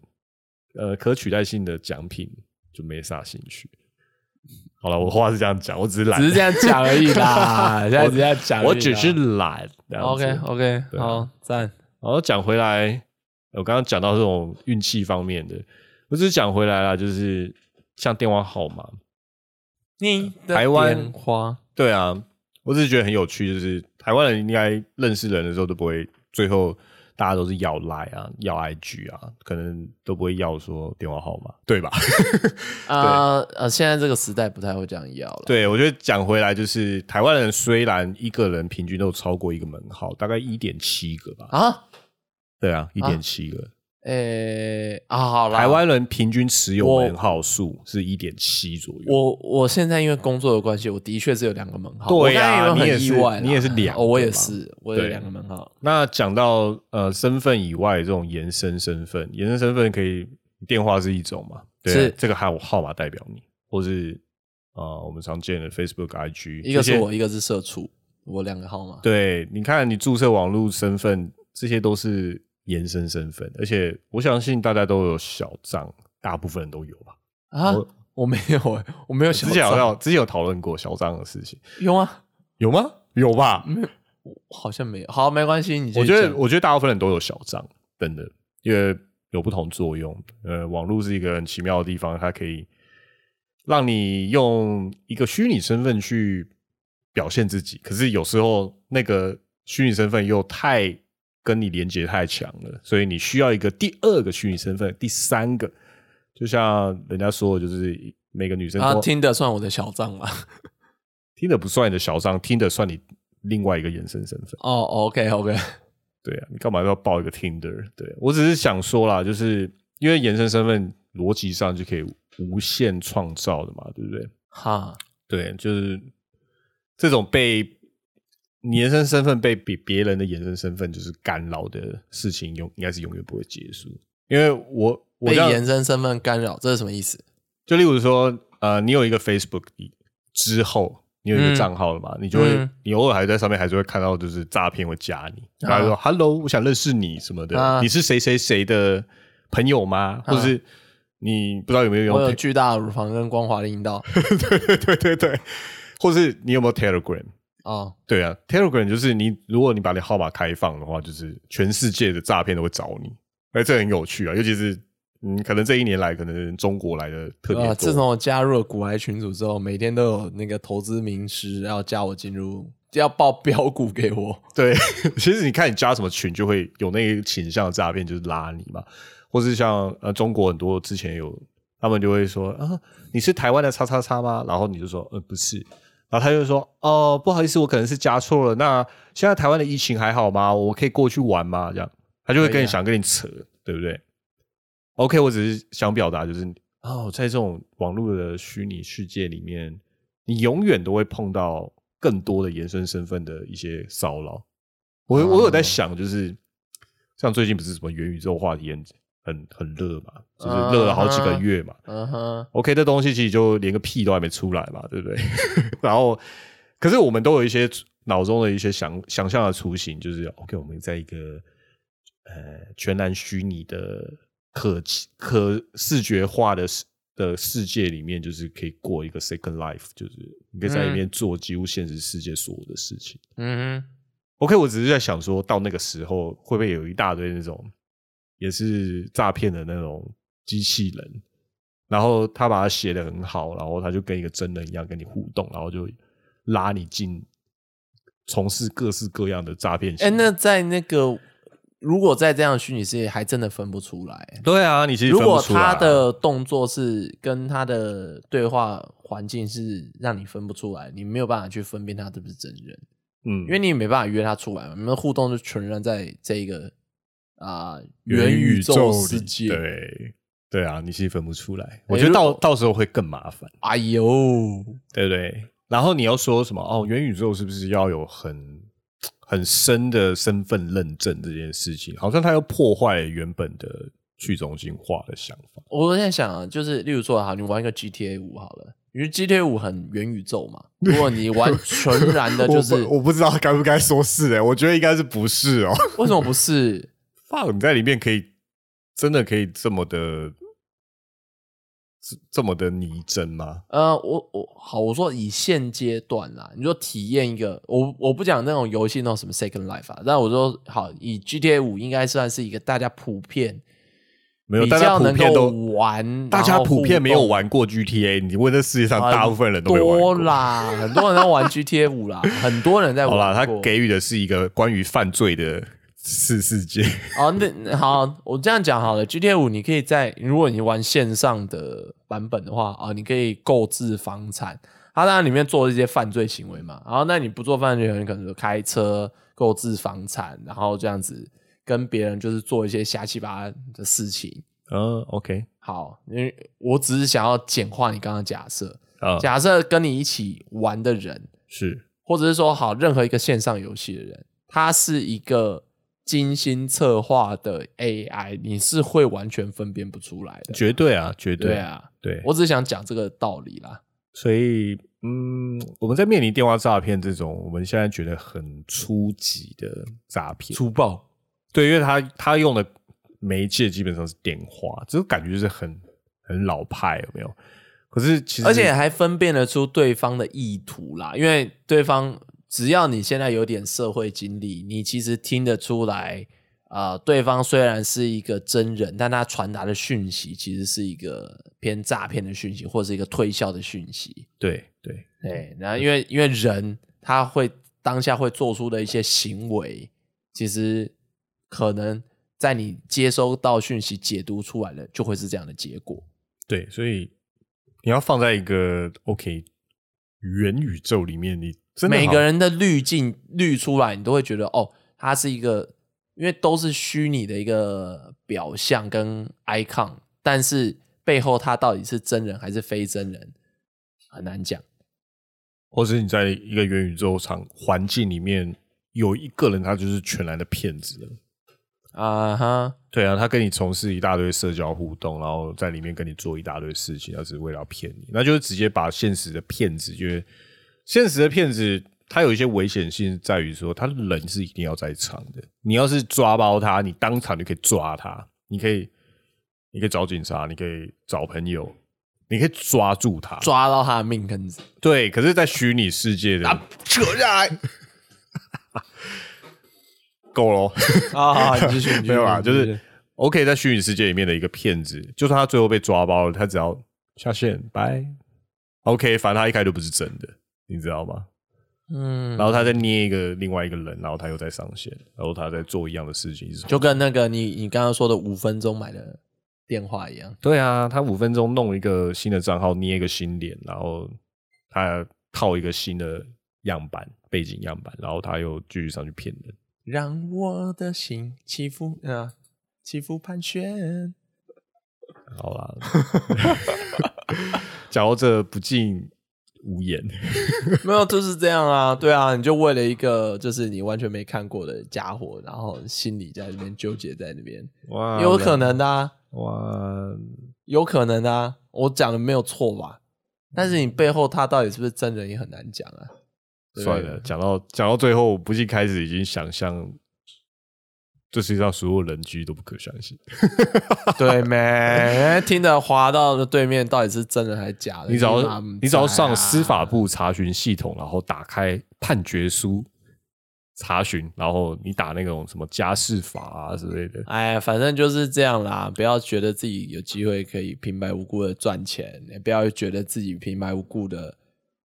A: 呃可取代性的奖品就没啥兴趣。好了，我话是这样讲，我只是懒，，
B: 只是这样讲而已啦 现在只是这样讲而已啦。
A: 我只是懒。这样子
B: OK OK，
A: 对啊
B: 好赞。
A: 然后讲回来，我刚刚讲到这种运气方面的，我只是讲回来啦，就是像电话号码，
B: 你的
A: 台湾
B: 莲花
A: 对啊，我只是觉得很有趣，就是台湾人应该认识人的时候都不会，最后大家都是要来啊，要 IG 啊，可能都不会要说电话号码，对吧？
B: 啊呃，现在这个时代不太会这样要了。
A: 对，我觉得讲回来，就是台湾人虽然一个人平均都超过一个门号，大概一点七个吧，
B: 啊，
A: 对啊，一点七个，
B: 诶啊，好啦，
A: 台湾人平均持有
B: 我
A: 门号数是一点七左右。
B: 我我现在因为工作的关系，我的确是有两个门号。
A: 对呀
B: 我刚才有没有很
A: 你也
B: 意
A: 是
B: 外啦，
A: 你也是两个
B: 哦，我也
A: 嘛
B: 是，我有
A: 对
B: 两个门号。
A: 那讲到呃身份以外，这种延伸身份，延伸身份可以电话是一种嘛？对
B: 是
A: 这个号号码代表你，或是啊、呃我们常见的 Facebook、IG，
B: 一个是
A: 这些
B: 我，一个是社畜，我两个号码。
A: 对，你看你注册网络身份，这些都是延伸身份，而且我相信大家都有小账，大部分人都有吧。
B: 啊
A: 我，
B: 我没有欸，我没有
A: 之
B: 想
A: 前好
B: 到
A: 像之前有讨论过小账的事情，
B: 有啊，
A: 有吗？有吧？
B: 好像没有。好，没关系，你继
A: 我
B: 续
A: 觉得
B: 讲
A: 我觉得大部分人都有小账，真的，因为有不同作用。呃，网络是一个很奇妙的地方，它可以让你用一个虚拟身份去表现自己，可是有时候那个虚拟身份又太跟你连接太强了，所以你需要一个第二个虚拟身份，第三个，就像人家说的，就是每个女生
B: 啊，
A: 都
B: 听得算我的小账吗？
A: 听的不算你的小账，听的算你另外一个延伸身份。
B: 哦，OK OK，
A: 对啊，你干嘛要报一个 Tinder？对啊我只是想说啦，就是因为延伸身份逻辑上就可以无限创造的嘛，对不对？
B: 哈，
A: 对，就是这种被你延伸身份被比别人的延伸身份就是干扰的事情，永应该是永远不会结束。因为我我
B: 被
A: 这样
B: 延伸身份干扰，这是什么意思？
A: 就例如说，呃，你有一个 Facebook 之后，你有一个
B: 嗯
A: 账号了嘛，你就会
B: 嗯
A: 你偶尔还在上面还是会看到，就是诈骗会加你，然后说、“Hello，我想认识你”什么的，
B: 啊
A: 你是谁谁谁的朋友吗？或者是你不知道有没有用
B: 我有
A: Te-
B: 哦巨大的乳房跟光滑的阴道
A: 对对对对，或是你有没有 Telegram？
B: 哦，
A: 对啊，Telegram 就是你，如果你把你号码开放的话，就是全世界的诈骗都会找你，而这很有趣啊，尤其是嗯，可能这一年来，可能中国来的特别多。
B: 啊，自从我加入了古癌群组之后，每天都有那个投资名师要加我进入，要报标股给我。
A: 对， 其实你看你加什么群，就会有那个倾向的诈骗，就是拉你嘛，或是像呃中国很多之前有，他们就会说啊，你是台湾的叉叉叉吗？然后你就说呃不是，然后他就说哦不好意思，我可能是加错了。那现在台湾的疫情还好吗？我可以过去玩吗？这样他就会
B: 可
A: 跟
B: 以
A: 你
B: 啊
A: 想跟你扯，对不对？OK，我只是想表达就是哦，在这种网络的虚拟世界里面，你永远都会碰到更多的延伸身份的一些骚扰。我
B: 哦
A: 我有在想，就是像最近不是什么元宇宙话题很很很热嘛，就是热了好几个月嘛。
B: 嗯哼，
A: OK，这东西其实就连个屁都还没出来嘛，对不对？ 然后，可是我们都有一些脑中的一些想想象的雏形，就是 OK，我们在一个呃全然虚拟的可可视觉化的世的世界里面，就是可以过一个 second life，就是你可以在里面做几乎现实世界所有的事情。
B: 嗯
A: OK，我只是在想说，到那个时候会不会有一大堆那种也是诈骗的那种机器人，然后他把它写的很好，然后他就跟一个真人一样跟你互动，然后就拉你进从事各式各样的诈
B: 哼，
A: 骗
B: 哎，
A: 行为。
B: 那在那个如果在这样的虚拟世界，还真的分不出来。
A: 对啊，你其实
B: 如
A: 分不
B: 果
A: 出来啊
B: 他的动作是跟他的对话环境是让你分不出来，你没有办法去分辨他是不是真人，
A: 嗯，
B: 因为你也没办法约他出来嘛，你们互动就全然在这一个啊、
A: 元
B: 宇
A: 宙里
B: 世界。
A: 对对啊，你其实分不出来。我觉得
B: 如
A: 到
B: 果
A: 到时候会更麻烦。
B: 哎呦，
A: 对不对？然后你要说什么？哦，元宇宙是不是要有很很深的身份认证这件事情？好像它又破坏了原本的去中心化的想法。
B: 我在想啊，就是例如说，好，你玩一个 GTA 五好了，因为 GTA 五很元宇宙 嘛，如果你玩纯然的，就是
A: 我不我不知道该不该说是哎、我觉得应该是不是哦。
B: 为什么不是？
A: 放你在里面可以真的可以这么的这这么的拟真吗？
B: 呃，我我好，我说以现阶段啦，你说体验一个，我我不讲那种游戏那种什么 Second Life 啊，但我说好，以 GTA 五应该算是一个大家普遍
A: 没有，
B: 比
A: 大家
B: 较
A: 普
B: 能
A: 遍都
B: 够玩，
A: 大
B: 然
A: 家
B: 后
A: 普遍
B: 互
A: 没有
B: 动
A: 玩过 GTA。你问这世界上
B: 很
A: 大部分人都没玩过
B: 多啦，很多人在玩 GTA 五啦，很多人在
A: 好
B: 玩
A: 啦，他
B: 过
A: 给予的是一个关于犯罪的世世 界。
B: 哦，那好，我这样讲好了。GTA 五你可以在，如果你玩线上的版本的话，啊、你可以购置房产，它当然里面做一些犯罪行为嘛。然后，那你不做犯罪行为，可能就开车、购置房产，然后这样子跟别人就是做一些瞎七八的事情。
A: 嗯，OK，
B: 好，因为我只是想要简化你刚刚的假设，
A: 啊，
B: 假设跟你一起玩的人，
A: 是
B: 或者是说好任何一个线上游戏的人，他是一个精心策划的 AI，你是会完全分辨不出来的。
A: 绝对啊，绝
B: 对
A: 对，
B: 啊，
A: 对。
B: 我只是想讲这个道理啦。
A: 所以，嗯，我们在面临电话诈骗这种我们现在觉得很初级的诈骗，
B: 粗暴，
A: 对，因为他他用的媒介基本上是电话，这种感觉就是很很老派，有没有？可是其实，
B: 而且还分辨得出对方的意图啦，因为对方只要你现在有点社会经历，你其实听得出来，啊，对方虽然是一个真人，但他传达的讯息其实是一个偏诈骗的讯息，或是一个推销的讯息。
A: 对对
B: 对，然后因为因为人他会当下会做出的一些行为，其实可能在你接收到讯息解读出来的，就会是这样的结果。
A: 对，所以你要放在一个 OK 元宇宙里面，你真的
B: 每
A: 好
B: 个人的滤镜滤出来，你都会觉得哦，它是一个，因为都是虚拟的一个表象跟 icon，但是背后它到底是真人还是非真人，很难讲。
A: 或是你在一个元宇宙场环境里面，有一个人他就是全然的骗子了。
B: 啊哈，
A: 对啊，他跟你从事一大堆社交互动，然后在里面跟你做一大堆事情，他只是为了要骗你，那就是直接把现实的骗子，就是现实的骗子，他有一些危险性在于说，他人是一定要在场的，你要是抓包他，你当场就可以抓他，你可以，你可以找警察，你可以找朋友，你可以抓住他，
B: 抓到他的命根子，
A: 对，可是，在虚拟世界的、啊扯下来， 够了哦。
B: 啊，好好你继 续，你继续
A: 没有啦，就
B: 你继
A: 是
B: 续
A: OK，在虚拟世界里面的一个骗子，就算他最后被抓包了，他只要下线拜 OK，反正他一开始就不是真的，你知道吗？
B: 嗯，
A: 然后他再捏一个另外一个人，然后他又再上线，然后他再做一样的事情，就是
B: 就跟那个你你刚刚说的五分钟买的电话一样，
A: 对啊，他五分钟弄一个新的账号，捏一个新脸，然后他套一个新的样板背景样板，然后他又继续上去骗人。
B: 让我的心起伏啊，起伏盘旋。
A: 好啦， 讲到这不禁无言。
B: 没有，就是这样啊，对啊，你就为了一个就是你完全没看过的家伙，然后心里在那边纠结，在那边
A: 哇
B: 有可能的、啊，
A: 哇，
B: 有嗯可能的、啊，我讲的没有错吧？但是你背后他到底是不是真人也很难讲啊。 对
A: 算了，讲到讲到最后，我不禁开始已经想象，这世界上所有人居都不可相信。
B: 对没？听着滑到的对面到底是真人还是假的？
A: 你只
B: 哪
A: 要
B: 知道啊
A: 你只要上司法部查询系统，然后打开判决书查询，然后你打那种什么家事法啊之类的，
B: 哎，反正就是这样啦，不要觉得自己有机会可以平白无故的赚钱，也不要觉得自己平白无故的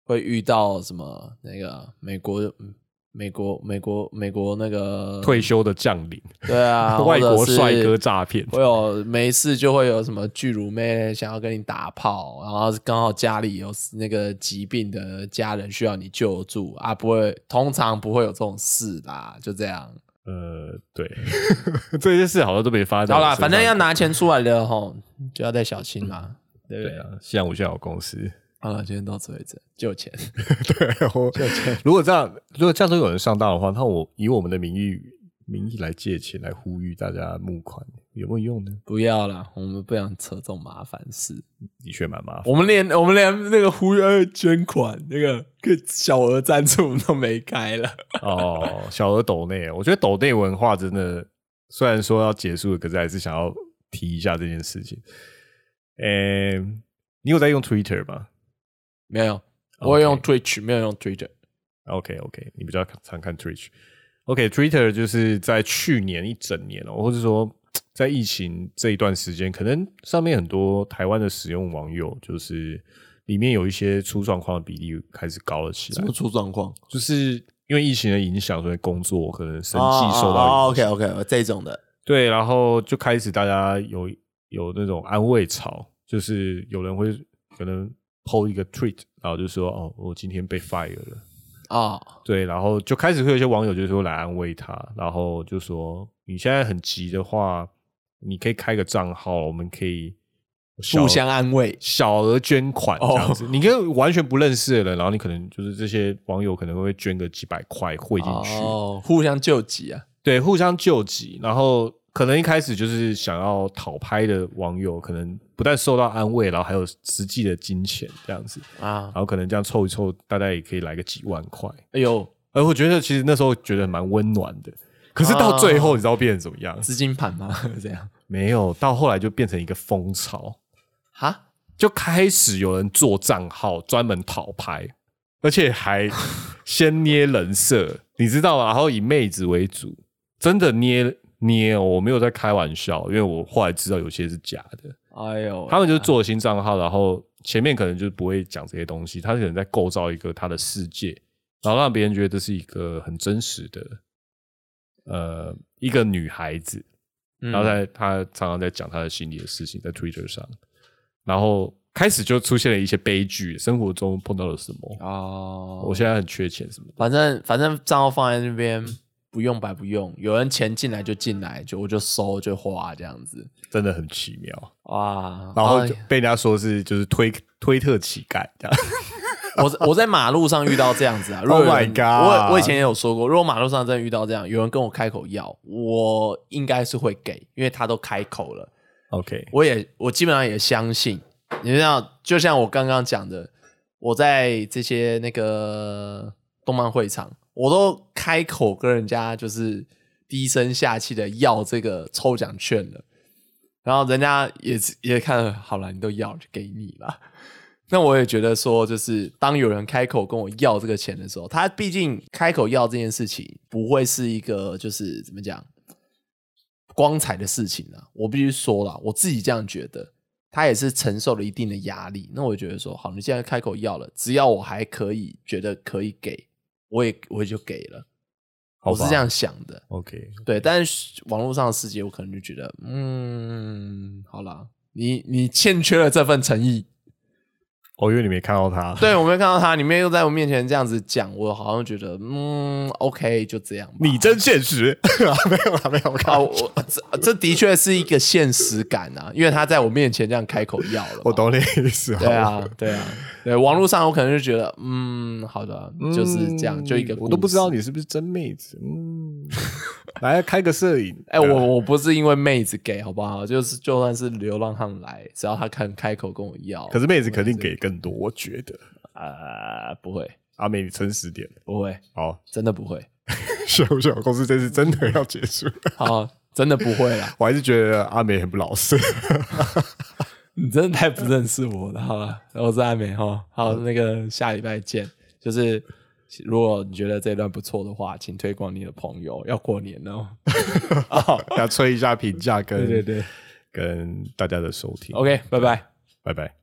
B: 会遇到什么那个美国、嗯美国、美国、美国那个
A: 退休的将领、
B: 对呃啊，
A: 外国
B: 或者是
A: 帅哥诈骗，
B: 会有没事就会有什么巨乳妹想要跟你打炮，然后刚好家里有那个疾病的家人需要你救助啊，不会，通常不会有这种事啦，就这样。
A: 呃，对， 这些事好像都没发生在
B: 好
A: 我
B: 啦，
A: 身
B: 反正
A: 上
B: 要拿钱出来的吼，就要再小心啦。对不
A: 对
B: 对？
A: 啊，像我现在有公司。
B: 好了，今天到此为止，就钱。
A: 对， 我 如果这样，如果这样都有人上当的话，那我以我们的名义名义来借钱来呼吁大家募款，有没有用呢？
B: 不要啦，我们不想扯这种麻烦事。
A: 的确蛮麻烦。
B: 我们连我们连那个呼吁呃捐款那个个小额赞助我们都没开了。
A: 哦，小额抖内，我觉得抖内文化真的，虽然说要结束了，可是还是想要提一下这件事情。诶、你有在用 Twitter 吗
B: 没有，我有用
A: OK
B: Twitch，没有用 Twitter。
A: ？OK OK，你比较常看 Twitch。OK，Twitter、就是在去年一整年哦、或者说在疫情这一段时间，可能上面很多台湾的使用网友，就是里面有一些出状况的比例开始高了起来，
B: 出状况？
A: 就是因为疫情的影响，所以工作可能生
B: 哦
A: 计受到影响。
B: 哦 OK OK 这种的，
A: 对，然后就开始大家有有那种安慰潮，就是有人会可能 PO 一个 tweet，然后就说哦，我今天被 fire 了。
B: 哦，
A: 对，然后就开始会有一些网友就说来安慰他，然后就说你现在很急的话，你可以开个账号，我们可以小
B: 互相安慰。
A: 小额捐款这样子。
B: 哦
A: 你跟完全不认识的人，
B: 哦
A: 然后你可能就是这些网友可能会捐个几百块汇进去，
B: 哦，互相救济啊！
A: 对，互相救济，然后可能一开始就是想要讨拍的网友，可能不但受到安慰，然后还有实际的金钱这样子，
B: 啊
A: 然！后可能这样凑一凑，大家也可以来个几万块。
B: 哎呦，
A: 而呃我觉得其实那时候觉得蛮温暖的，可是到最后你知道变成怎么样？
B: 资金盘吗？ 这样
A: 没有，到后来就变成一个风潮，
B: 哈？
A: 就开始有人做账号专门讨拍，而且还先捏人设，你知道吗？然后以妹子为主，真的捏捏哦，我没有在开玩笑，因为我后来知道有些是假的，
B: 哎呦，
A: 他们就做了新账号，然后前面可能就不会讲这些东西，他可能在构造一个他的世界，然后让别人觉得这是一个很真实的，呃，一个女孩子，
B: 嗯
A: 然后在他常常在讲他的心里的事情在 Twitter 上，然后开始就出现了一些悲剧，生活中碰到了什么，
B: 哦，
A: 我现在很缺钱什么的，
B: 反正反正账号放在那边不用白不用，有人钱进来就进来，就我就收就花这样子。
A: 真的很奇妙。
B: 哇！
A: 然后
B: 哎
A: 就被人家说是就是推推特乞丐这样，
B: 我在我在马路上遇到这样子啊如果
A: Oh
B: 有人
A: my god
B: 我我以前也有说过，如果马路上真的遇到这样，有人跟我开口要，我应该是会给，因为他都开口了，
A: OK，
B: 我也我基本上也相信。你知道，就像我刚刚讲的，我在这些那个动漫会场，我都开口跟人家就是低声下气的要这个抽奖券了，然后人家也也看了好了，你都要就给你了。那我也觉得说，就是当有人开口跟我要这个钱的时候，他毕竟开口要这件事情不会是一个就是怎么讲光彩的事情啊。我必须说了，我自己这样觉得，他也是承受了一定的压力。那我觉得说，好，你既然开口要了，只要我还可以觉得可以给，我也我也就给了。
A: 好
B: 我
A: 吧
B: 是这样想的，
A: OK，
B: 对，但是网络上的世界，我可能就觉得，嗯，好啦，你你欠缺了这份诚意。
A: 我哦以为你没看到他，
B: 对我没有看到他，你没有在我面前这样子讲，我好像觉得，嗯，OK，就这样吧。
A: 你真现 实，没有啦，没有，我
B: 啊，
A: 看
B: 我 我这这的确是一个现实感啊，因为他在我面前这样开口要了嘛。
A: 我懂你的意思，
B: 对啊，对啊，对，网络上我可能就觉得，嗯，好的，
A: 嗯，
B: 就是这样，就一个，
A: 我都不知道。你是不是真妹子， 嗯，来开个摄影，
B: 哎、我我不是因为妹子给，好不好？就是就算是流浪汉来，只要他肯开口跟我要，
A: 可是妹子 肯定给更多，我觉得。
B: 啊，不会，
A: 阿妹，你诚实点，
B: 不会，
A: 好，
B: 真的不会，
A: 小不小公司这次真的要结束，
B: 好，真的不会啦，
A: 我还是觉得阿美很不老实。
B: 你真的太不认识我了，好了，我是阿美哈，好，那个下礼拜见，就是。如果你觉得这段不错的话，请推广你的朋友。要过年了哦，
A: 要吹一下评价跟
B: 对对哦对
A: 跟大家的收听。
B: ，OK，拜拜。
A: 拜拜。